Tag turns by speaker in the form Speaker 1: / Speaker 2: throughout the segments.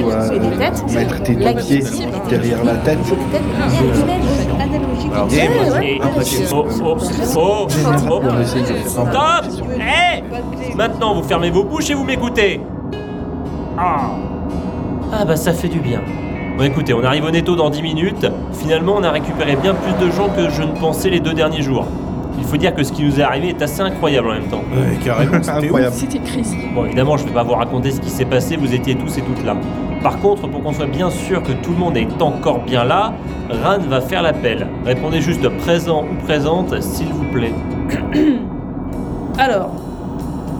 Speaker 1: dois
Speaker 2: Et des têtes.
Speaker 1: euh, mettre tes deux pieds derrière la tête.
Speaker 3: Alors,
Speaker 1: Et
Speaker 3: c'est-
Speaker 1: voilà.
Speaker 3: et-
Speaker 1: Après, tu-
Speaker 3: oh, oh, oh, oh.
Speaker 1: On essaye de faire un peu
Speaker 3: Stop
Speaker 1: de pression.
Speaker 3: Hé Eh Maintenant, vous fermez vos bouches et vous m'écoutez. Ah Ah bah ça fait du bien. Bon écoutez, on arrive au netto dans 10 minutes. Finalement, on a récupéré bien plus de gens que je ne pensais les deux derniers jours. Il faut dire que ce qui nous est arrivé est assez incroyable en même temps.
Speaker 4: Ouais, carrément, c'était ouf.
Speaker 1: Incroyable.
Speaker 2: C'était crazy.
Speaker 3: Bon, évidemment, je ne vais pas vous raconter ce qui s'est passé, vous étiez tous et toutes là. Par contre, pour qu'on soit bien sûr que tout le monde est encore bien là, Ran va faire l'appel. Répondez juste présent ou présente, s'il vous plaît.
Speaker 5: Alors,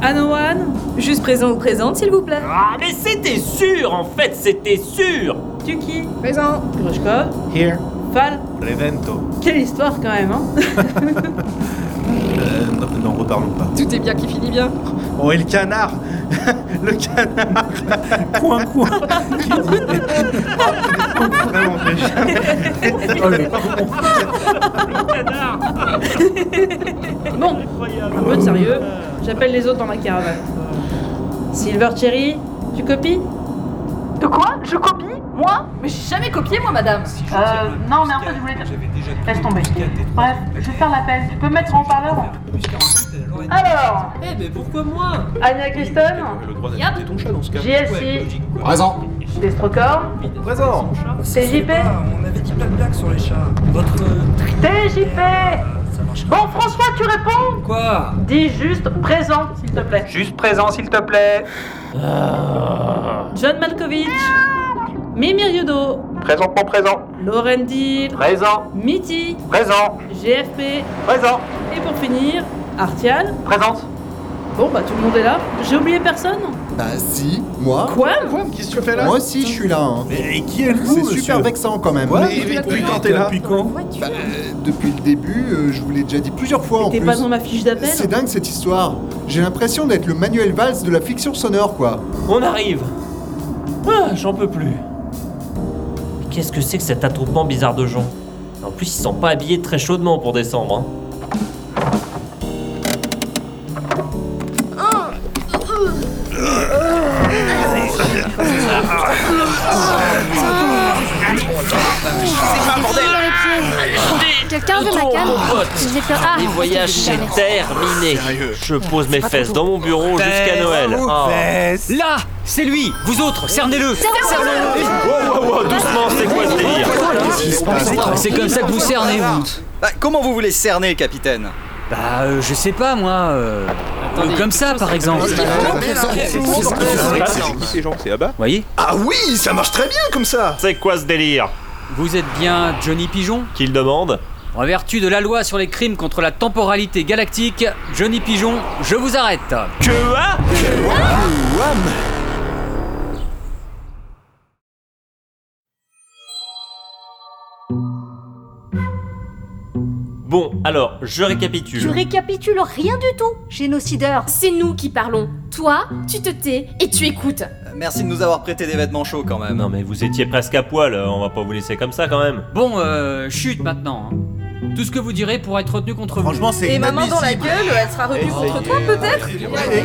Speaker 5: Anoan, juste présent ou présente, s'il vous plaît.
Speaker 3: Ah, mais c'était sûr, en fait, c'était sûr
Speaker 5: Tuki, présent. Grushkov,
Speaker 4: Here.
Speaker 5: Fal.
Speaker 4: Revento.
Speaker 5: Quelle histoire quand même, hein
Speaker 4: Euh, non, non, reparlons pas.
Speaker 2: Tout est bien qui finit bien.
Speaker 4: Oh, et le canard Le canard Coin, coin Vraiment, j'ai jamais...
Speaker 3: Canard
Speaker 5: Bon,
Speaker 3: Incroyable
Speaker 5: un peu de sérieux. J'appelle les autres dans ma caravane. Silver Cherry, tu copies
Speaker 6: De quoi Je copie Moi
Speaker 2: Mais j'ai jamais copié, moi, madame.
Speaker 6: Euh, non, mais en fait, je voulais dire. Laisse tomber. Bref, je vais faire l'appel. Tu peux me mettre en parleur Alors,
Speaker 3: euh, Eh, mais pourquoi moi
Speaker 6: Anya Kristen,
Speaker 4: Le droit d'habiter ton chat dans ce cas.
Speaker 6: JLC,
Speaker 7: Présent.
Speaker 6: Destrocor,
Speaker 4: Présent
Speaker 6: TJP,
Speaker 8: Ah, On avait dit plein de blagues sur les chats. Votre. Eh,
Speaker 6: TJP Bon, François, tu réponds
Speaker 8: Quoi
Speaker 6: Dis juste présent, s'il te plaît.
Speaker 8: Juste présent, s'il te plaît.
Speaker 5: Euh. John Malkovich, Mimi Ryudo,
Speaker 8: Présentement présent.
Speaker 5: Lauren Deal,
Speaker 8: Présent.
Speaker 5: Mitty,
Speaker 8: Présent.
Speaker 5: GFP,
Speaker 8: Présent.
Speaker 5: et pour finir, Artial.
Speaker 8: Présente.
Speaker 5: Bon, bah tout le monde est là. J'ai oublié personne
Speaker 7: Bah si, moi.
Speaker 5: Quoi
Speaker 4: Qu'est-ce que tu fais là
Speaker 7: Moi aussi, je suis là. hein.
Speaker 4: Et qui est le
Speaker 7: C'est super vexant quand même.
Speaker 4: Ouais, mais depuis quand t'es là Depuis quand
Speaker 7: Bah, euh, depuis le début, euh, je vous l'ai déjà dit plusieurs fois en
Speaker 5: T'es
Speaker 7: plus.
Speaker 5: pas dans ma fiche d'appel
Speaker 7: C'est dingue cette histoire. J'ai l'impression d'être le Manuel Valls de la fiction sonore, quoi.
Speaker 3: On arrive Ah, j'en peux plus Mais Qu'est-ce que c'est que cet attroupement bizarre de gens En plus, ils sont pas habillés très chaudement pour décembre. hein.
Speaker 9: Quelqu'un veut ma canne J'ai peur. Ah,
Speaker 3: Les voyages, c'est terminé Je pose mes fesses dans mon bureau jusqu'à Noël. Ah.
Speaker 10: Là C'est lui Vous autres, cernez-le
Speaker 3: Wow, wow, wow, Oh, doucement, Ah, c'est quoi ce délire
Speaker 10: C'est comme ça que vous cernez, vous
Speaker 11: Bah, comment vous voulez cerner, capitaine
Speaker 10: Bah, euh, je sais pas, moi... euh, euh, comme ça, par exemple. Vous
Speaker 1: Euh,
Speaker 4: ces gens C'est là-bas
Speaker 10: voyez
Speaker 4: Ah oui, ça marche très bien comme ça
Speaker 3: C'est quoi ce délire
Speaker 10: Vous êtes bien Johnny Pigeon
Speaker 3: Qu'il demande
Speaker 10: En vertu de la loi sur les crimes contre la temporalité galactique, Johnny Pigeon, je vous arrête
Speaker 3: Que ah Bon, alors, je
Speaker 9: Tu
Speaker 3: récapitule.
Speaker 9: récapitules rien du tout, génocideur.
Speaker 2: C'est nous qui parlons. Toi, tu te tais et tu écoutes.
Speaker 11: Euh, Merci de nous avoir prêté des vêtements chauds quand même.
Speaker 3: Ah, Non mais vous étiez presque à poil, euh, on va pas vous laisser comme ça quand même.
Speaker 10: Bon, euh, chute maintenant. hein. Tout ce que vous direz pourra être retenu contre vous.
Speaker 4: Franchement, c'est
Speaker 2: Et ma main dans la gueule, elle sera retenue contre toi peut-être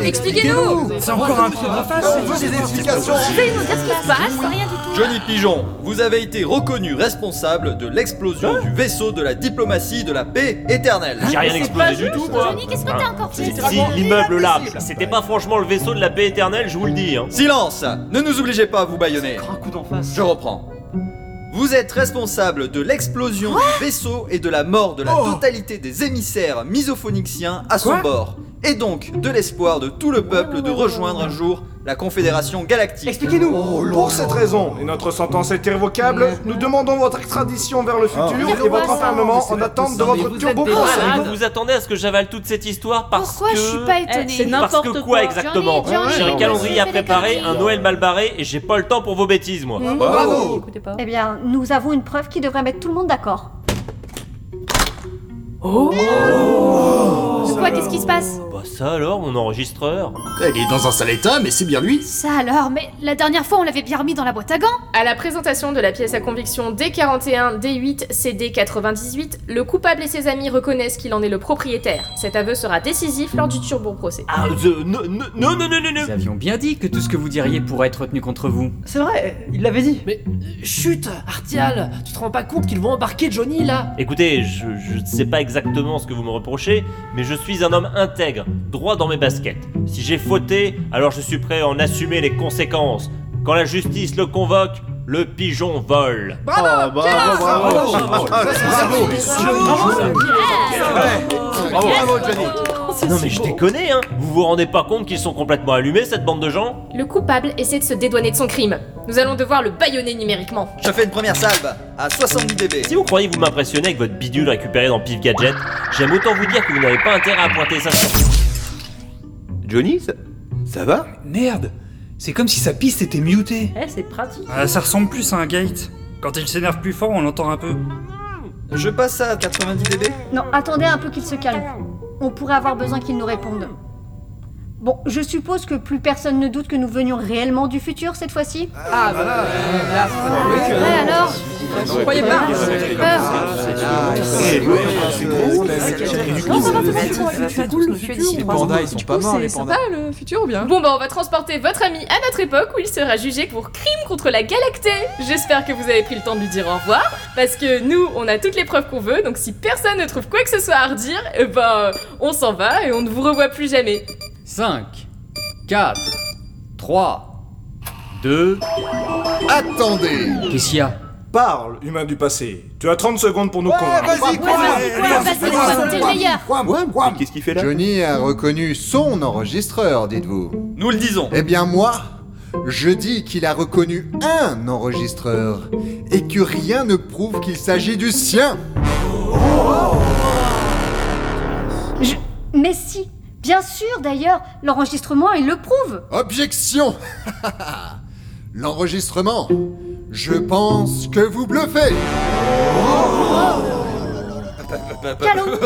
Speaker 2: Expliquez-nous
Speaker 4: C'est encore un peu
Speaker 2: Qu'est-ce qui se passe
Speaker 9: Rien du tout.
Speaker 11: Johnny Pigeon, vous avez été reconnu responsable de l'explosion du vaisseau de la diplomatie de la paix éternelle.
Speaker 3: J'ai rien
Speaker 5: c'est
Speaker 3: explosé
Speaker 5: pas
Speaker 3: du
Speaker 5: juste,
Speaker 3: tout moi. Ah.
Speaker 9: Johnny, qu'est-ce que t'as encore fait
Speaker 3: Si l'immeuble là, c'était pas franchement le vaisseau de la paix éternelle, je vous le dis. Hein.
Speaker 11: Silence Ne nous obligez pas à vous bâillonner. Je reprends. Vous êtes responsable de l'explosion du vaisseau et de la mort de la totalité des émissaires misophonixiens à son bord. Et donc de l'espoir de tout le peuple de rejoindre un jour la Confédération Galactique.
Speaker 8: Expliquez-nous. Pour cette raison, et notre sentence est irrévocable, nous demandons votre extradition vers le futur et votre enfermement en attente de votre turbo
Speaker 3: Voilà, vous vous attendez à ce que j'avale toute cette histoire parce
Speaker 9: Ah, bah. Pourquoi
Speaker 3: que...
Speaker 9: je suis pas étonnée
Speaker 5: Eh, c'est n'importe
Speaker 3: Parce que quoi,
Speaker 5: quoi.
Speaker 3: exactement
Speaker 9: Johnny, Johnny,
Speaker 3: J'ai un
Speaker 9: Johnny,
Speaker 3: calendrier
Speaker 9: c'est
Speaker 3: à
Speaker 9: des Mm.
Speaker 3: préparer, un
Speaker 9: conneries.
Speaker 3: Noël mal barré et j'ai pas le temps pour vos bêtises moi.
Speaker 4: Bravo
Speaker 2: Écoutez pas.
Speaker 9: Eh bien, nous avons une preuve qui devrait mettre tout le monde d'accord.
Speaker 2: Oh
Speaker 9: De quoi Qu'est-ce qui se passe
Speaker 3: Bah ça alors, mon enregistreur
Speaker 12: Il est dans un sale état, mais c'est bien lui.
Speaker 9: Ça alors, mais la dernière fois on l'avait bien remis dans la boîte à gants
Speaker 2: À la présentation de la pièce à conviction D41, D8, CD 98, le coupable et ses amis reconnaissent qu'il en est le propriétaire. Cet aveu sera décisif lors du turbo-procès.
Speaker 3: Ah, non, non, non, non,
Speaker 10: Nous avions bien dit que tout ce que vous diriez pourrait être retenu contre vous.
Speaker 13: C'est vrai, il l'avait dit. Mais euh, chut, Artial, tu te rends pas compte qu'ils vont embarquer Johnny là
Speaker 3: Écoutez, je, je ne sais pas exactement ce que vous me reprochez, mais je suis un homme intègre, droit dans mes baskets. Si j'ai fauté, alors je suis prêt à en assumer les conséquences. Quand la justice le convoque, le pigeon vole.
Speaker 1: Bravo, bravo, bravo, bravo,
Speaker 3: Bravo, bravo, Johnny. Non mais je déconne, hein Vous vous rendez pas compte qu'ils sont complètement allumés, cette bande de gens
Speaker 2: Le coupable essaie de se dédouaner de son crime. Nous allons devoir le bâillonner numériquement.
Speaker 11: Je fais une première salve à 70 dB.
Speaker 3: Si vous croyez vous m'impressionnez avec votre bidule récupérée dans Pif Gadget, j'aime autant vous dire que vous n'avez pas intérêt à pointer ça sur...
Speaker 14: Johnny, ça, ça va
Speaker 15: Merde C'est comme si sa piste était mutée.
Speaker 5: Eh, c'est pratique.
Speaker 16: Ah, ça ressemble plus à un gate. Quand il s'énerve plus fort, on l'entend un peu.
Speaker 11: Je passe à 90 dB.
Speaker 17: Non, attendez un peu qu'il se calme. On pourrait avoir besoin qu'il nous réponde. Bon, je suppose que plus personne ne doute que nous venions réellement du futur cette fois-ci Ah, bah là, Ouais, alors
Speaker 2: Vous croyez pas
Speaker 17: J'ai peur.
Speaker 4: Ah,
Speaker 2: Non, ça va, ça va, c'est cool, le futur.
Speaker 18: Les pandas, ils sont pas morts, les
Speaker 2: C'est
Speaker 18: pandas.
Speaker 2: sympa le futur ou bien Bon bah on va transporter votre ami à notre époque où il sera jugé pour crime contre la galactée. J'espère que vous avez pris le temps de lui dire au revoir parce que nous on a toutes les preuves qu'on veut donc si personne ne trouve quoi que ce soit à redire, eh ben euh, on s'en va et on ne vous revoit plus jamais.
Speaker 10: 5, 4, 3, 2.
Speaker 8: Attendez
Speaker 10: Qu'est-ce qu'il y a
Speaker 8: Parle, humain du passé. Tu as 30 secondes pour nous convaincre.
Speaker 9: vas-y, quoi
Speaker 7: Qu'est-ce qu'il fait là Johnny a reconnu son enregistreur, dites-vous.
Speaker 11: Nous le disons.
Speaker 7: Eh bien moi, je dis qu'il a reconnu un enregistreur et que rien ne prouve qu'il s'agit du sien.
Speaker 17: Je- Mais si Bien sûr, d'ailleurs, l'enregistrement, il le prouve
Speaker 7: Objection L'enregistrement Je pense que vous bluffez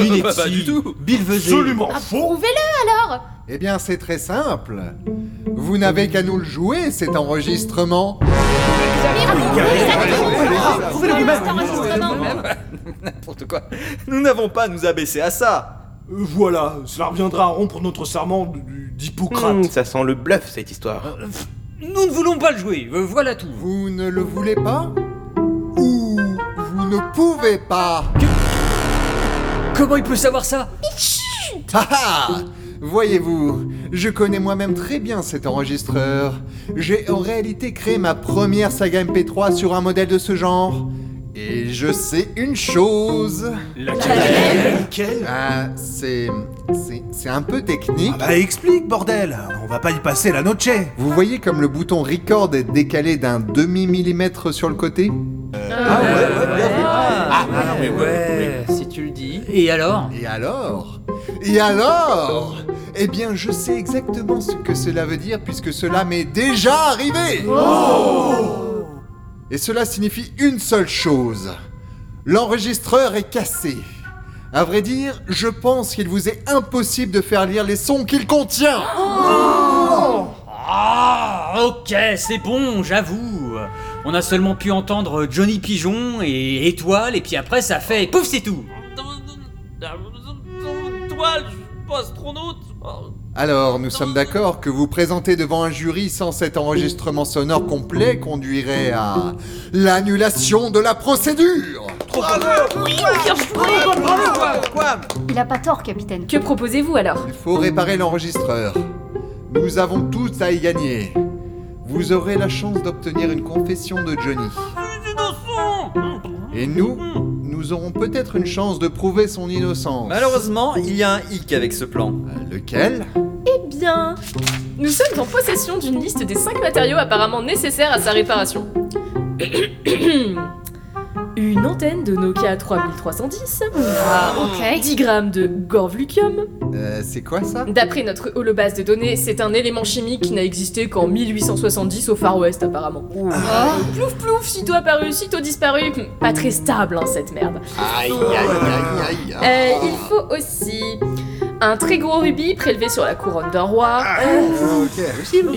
Speaker 11: Il est Pas psy. du
Speaker 7: tout Bill
Speaker 16: bah,
Speaker 11: Absolument
Speaker 8: Euh,
Speaker 9: Prouvez-le alors
Speaker 7: Eh bien, c'est très simple. Vous n'avez qu'à nous le jouer, cet enregistrement.
Speaker 11: N'importe quoi. Nous n'avons pas à nous abaisser à ça.
Speaker 8: Euh, Voilà, cela reviendra à rompre notre serment du- du- d'Hippocrate.
Speaker 14: Hmm, ça sent le bluff cette histoire.
Speaker 10: Nous ne voulons pas le jouer, euh, voilà tout.
Speaker 7: Vous ne le voulez pas Ou vous ne pouvez pas
Speaker 10: Comment il peut savoir ça
Speaker 7: Ah ah Voyez-vous, je connais moi-même très bien cet enregistreur. J'ai en réalité créé ma première saga MP3 sur un modèle de ce genre. Et je sais une chose.
Speaker 4: Laquelle Laquelle
Speaker 7: Ah, c'est. c'est- C'est un peu technique.
Speaker 4: Bah explique, bordel On va pas y passer la noche
Speaker 7: Vous voyez comme le bouton record est décalé d'un demi-millimètre sur le côté
Speaker 18: Ah ouais, bien vu. Ah,
Speaker 7: mais
Speaker 10: Euh,
Speaker 7: ouais,
Speaker 18: si tu le dis.
Speaker 10: Et alors
Speaker 7: Et alors Et alors Eh bien, je sais exactement ce que cela veut dire puisque cela m'est déjà arrivé Et cela signifie une seule chose. L'enregistreur est cassé. À vrai dire, je pense qu'il vous est impossible de faire lire les sons qu'il contient.
Speaker 10: Ah, ok, c'est bon, j'avoue. On a seulement pu entendre Johnny Pigeon et Étoile, et puis après ça fait et pouf, c'est tout.
Speaker 3: Toile, je passe astronaute
Speaker 7: Alors, nous sommes d'accord que vous présenter devant un jury sans cet enregistrement sonore complet conduirait à l'annulation de la procédure.
Speaker 17: Il a pas tort, capitaine.
Speaker 2: Que proposez-vous alors
Speaker 7: Il faut réparer l'enregistreur. Nous avons tout à y gagner. Vous aurez la chance d'obtenir une confession de Johnny. Et nous, nous aurons peut-être une chance de prouver son innocence.
Speaker 11: Malheureusement, il y a un hic avec ce plan.
Speaker 7: Lequel
Speaker 2: Eh bien, nous sommes en possession d'une liste des 5 matériaux apparemment nécessaires à sa réparation. Une antenne de Nokia 3310.
Speaker 9: Ah, ok.
Speaker 2: 10 grammes de gorvlucium.
Speaker 7: Euh, c'est quoi ça
Speaker 2: D'après notre holobase de données, c'est un élément chimique qui n'a existé qu'en 1870 au Far West apparemment. Euh, Plouf plouf, sitôt apparu, sitôt disparu. Hmm, Pas très stable hein, cette merde.
Speaker 1: Aïe, aïe, aïe, aïe,
Speaker 2: Euh, il faut aussi un très gros rubis prélevé sur la couronne d'un roi,
Speaker 9: Ah,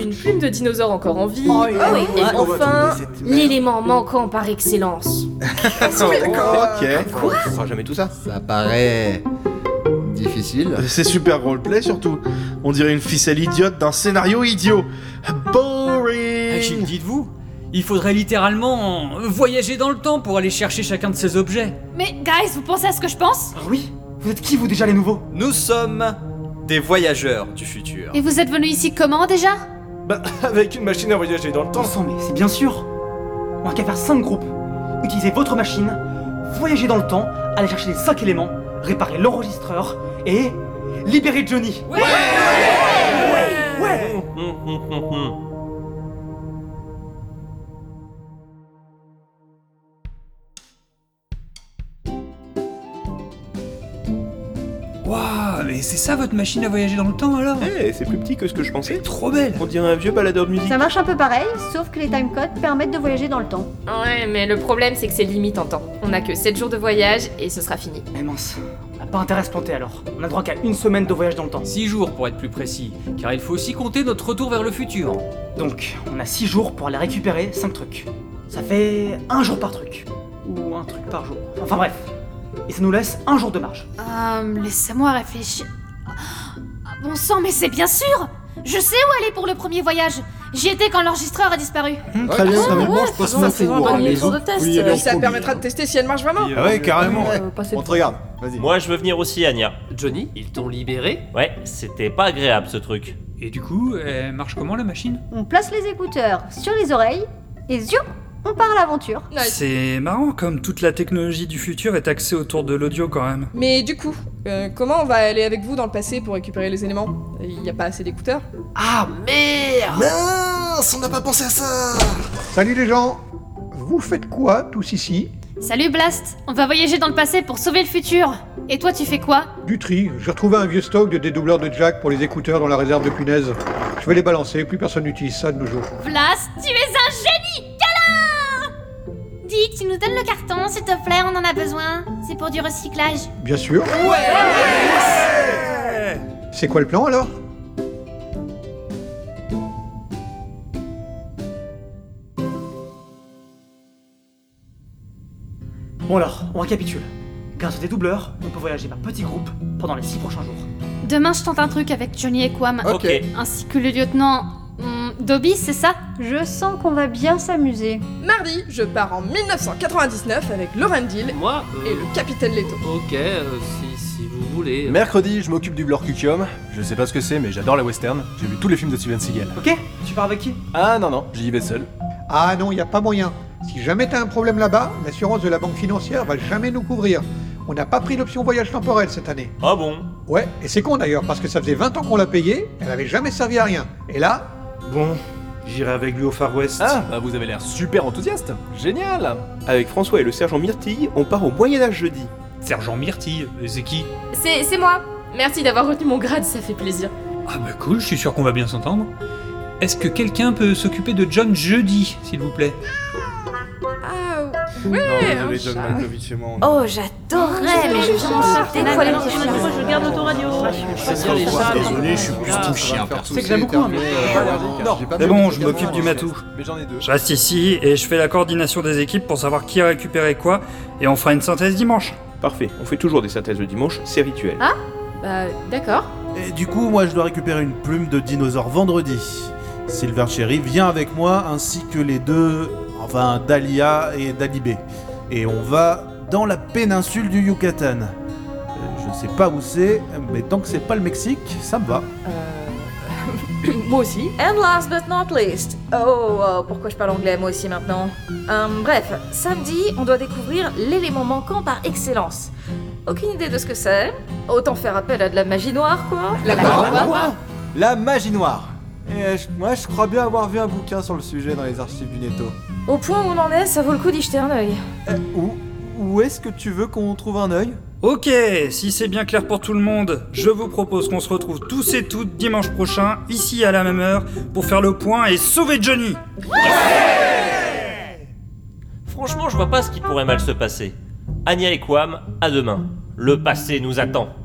Speaker 2: une plume de dinosaure encore en vie,
Speaker 17: Oh, yeah.
Speaker 2: et
Speaker 17: Ouais.
Speaker 9: Oh,
Speaker 2: enfin l'élément manquant par excellence.
Speaker 1: Ah,
Speaker 19: Ok. Quoi On fera jamais tout ça.
Speaker 20: Ça paraît difficile.
Speaker 1: C'est super roleplay surtout. On dirait une ficelle idiote d'un scénario idiot.
Speaker 10: Euh.
Speaker 4: Ah,
Speaker 1: Boring.
Speaker 10: Dites-vous, il faudrait littéralement voyager dans le temps pour aller chercher chacun de ces objets.
Speaker 9: Mais, guys, vous pensez à ce que je pense
Speaker 4: ah
Speaker 10: Oui Vous êtes qui, vous, déjà, les nouveaux
Speaker 11: Nous sommes des voyageurs du futur.
Speaker 9: Et vous êtes venus ici comment déjà
Speaker 21: Bah,
Speaker 16: Mm.
Speaker 21: avec une machine à voyager dans le temps.
Speaker 13: mais c'est bien sûr. On va qu'à faire 5 groupes. Utilisez votre machine, voyager dans le temps, aller chercher les 5 éléments, réparer l'enregistreur et libérer Johnny. Ouais, ouais,
Speaker 22: Waouh, mais c'est ça votre machine à voyager dans le temps alors
Speaker 10: Hein
Speaker 19: Eh, c'est plus petit que ce que je pensais.
Speaker 22: Trop belle
Speaker 19: On dirait un vieux baladeur de musique.
Speaker 17: Ça marche un peu pareil, sauf que les timecodes permettent de voyager dans le temps.
Speaker 2: Ouais, mais le problème c'est que c'est limite en temps. On a que 7 jours de voyage et ce sera fini.
Speaker 13: Mais Eh mince, on n'a pas intérêt à se planter alors. On a droit qu'à une semaine de voyage dans le temps.
Speaker 10: 6 jours pour être plus précis, car il faut aussi compter notre retour vers le futur.
Speaker 13: Donc, on a 6 jours pour aller récupérer 5 trucs. Ça fait un jour par truc. Ou un truc par jour. Enfin bref. Et ça nous laisse un jour de marche.
Speaker 9: Euh, laissez-moi réfléchir. Ah, Bon sang, mais c'est bien sûr Je sais où aller pour le premier voyage J'y étais quand l'enregistreur a disparu.
Speaker 20: Très
Speaker 7: Ah,
Speaker 20: bien, ça me mange
Speaker 9: ouais,
Speaker 20: pas
Speaker 9: ça, c'est un bon
Speaker 20: les
Speaker 9: tour de
Speaker 20: autres,
Speaker 9: test.
Speaker 20: oui, allez,
Speaker 23: Et
Speaker 20: on
Speaker 23: ça
Speaker 20: combine.
Speaker 23: permettra de tester si elle marche vraiment.
Speaker 1: Ah
Speaker 4: Ah
Speaker 5: Euh,
Speaker 20: On te regarde. Vas-y.
Speaker 3: Moi, je veux venir aussi, Anya.
Speaker 13: Johnny, ils t'ont libéré
Speaker 3: Ouais, c'était pas agréable ce truc.
Speaker 10: Et du coup, elle marche comment la machine
Speaker 17: On place les écouteurs sur les oreilles et ziou, on part à l'aventure.
Speaker 16: C'est marrant comme toute la technologie du futur est axée autour de l'audio quand même.
Speaker 23: Mais du coup, euh, comment on va aller avec vous dans le passé pour récupérer les éléments Il n'y a pas assez d'écouteurs.
Speaker 13: Ah merde
Speaker 23: Mince, on n'a pas pensé à ça
Speaker 7: Salut les gens Vous faites quoi tous ici
Speaker 9: Salut Blast On va voyager dans le passé pour sauver le futur Et toi, tu fais quoi
Speaker 7: Du tri. J'ai retrouvé un vieux stock de dédoubleurs de jack pour les écouteurs dans la réserve de punaises. Je vais les balancer, plus personne n'utilise ça de nos jours.
Speaker 9: Blast, tu es un génie Câlin Dis, tu nous donnes le carton, s'il te plaît, on en a besoin. C'est pour du recyclage.
Speaker 7: Bien sûr. C'est quoi le plan alors
Speaker 13: Bon alors, on récapitule. Grâce aux dédoubleurs, on peut voyager par petits groupes pendant les 6 prochains jours.
Speaker 9: Demain, je tente un truc avec Johnny et Kwam.
Speaker 13: Ok.
Speaker 9: Ainsi que le lieutenant hum, Dobby, c'est ça
Speaker 17: Je sens qu'on va bien s'amuser.
Speaker 23: Mardi, je pars en 1999 avec Laurent Deal
Speaker 24: euh,
Speaker 23: et le capitaine Leto.
Speaker 25: Ok, euh, si, si vous voulez.
Speaker 26: Mercredi, je m'occupe du Blorcucium. Je sais pas ce que c'est, mais j'adore la western. J'ai vu tous les films de Steven Seagal.
Speaker 13: Ok Tu pars avec qui
Speaker 26: Ah non, non, j'y vais seul.
Speaker 7: Ah non, il n'y a pas moyen. Si jamais t'as un problème là-bas, l'assurance de la banque financière va jamais nous couvrir. On n'a pas pris l'option voyage temporel cette année.
Speaker 3: Ah bon
Speaker 7: Ouais, et c'est con d'ailleurs, parce que ça faisait 20 ans qu'on l'a payée, elle n'avait jamais servi à rien. Et là,
Speaker 21: Bon, j'irai avec lui au Far West.
Speaker 26: Ah, bah vous avez l'air super enthousiaste. Génial
Speaker 19: Avec François et le sergent Myrtille, on part au Moyen-Âge jeudi.
Speaker 22: Sergent Myrtille, c'est qui
Speaker 2: C'est c'est moi. Merci d'avoir retenu mon grade, ça fait plaisir.
Speaker 22: Ah bah cool, je suis sûr qu'on va bien s'entendre. Est-ce que quelqu'un peut s'occuper de John jeudi, s'il vous plaît
Speaker 23: Ah
Speaker 1: Non,
Speaker 23: ouais
Speaker 1: désolé, John Malkovich et moi. on-
Speaker 24: Oh, j'adorerais,
Speaker 17: mais je viens de chanter
Speaker 24: la
Speaker 17: la mélodie.
Speaker 24: Je garde l'autoradio.
Speaker 27: Désolé, je suis plus
Speaker 7: Ah,
Speaker 27: ton chien, perso.
Speaker 24: C'est que j'aime beaucoup, hein, mais-
Speaker 7: Euh,
Speaker 27: Non,
Speaker 16: Mais bon, je m'occupe
Speaker 7: hein.
Speaker 16: du matou.
Speaker 27: Mais j'en ai deux.
Speaker 16: Je reste ici et je fais la coordination des équipes pour savoir qui a récupéré quoi et on fera une synthèse dimanche.
Speaker 19: Parfait, on fait toujours des synthèses le dimanche, c'est rituel.
Speaker 2: Ah Bah d'accord.
Speaker 1: Et du coup, moi, je dois récupérer une plume de dinosaure vendredi. Silver Cherry vient avec moi, ainsi que les deux, enfin Dahlia et Dalibé. Et on va dans la péninsule du Yucatan. Euh, je ne sais pas où c'est, mais tant que c'est pas le Mexique, ça me va.
Speaker 5: moi aussi. And last but not least. Oh, wow, pourquoi je parle anglais moi aussi maintenant Hum, Bref, samedi, on doit découvrir l'élément manquant par excellence. Aucune idée de ce que c'est. Autant faire appel à de la magie noire, quoi. La
Speaker 20: La magie noire. Et euh, je- moi, je crois bien avoir vu un bouquin sur le sujet dans les archives du Netto.
Speaker 5: Au point où on en est, ça vaut le coup d'y jeter un œil.
Speaker 20: Où, où est-ce que tu veux qu'on trouve un œil
Speaker 16: Ok, si c'est bien clair pour tout le monde, je vous propose qu'on se retrouve tous et toutes dimanche prochain, ici à la même heure, pour faire le point et sauver Johnny
Speaker 3: Franchement, je vois pas ce qui pourrait mal se passer. Anya et Kwam, à demain. Le passé nous attend.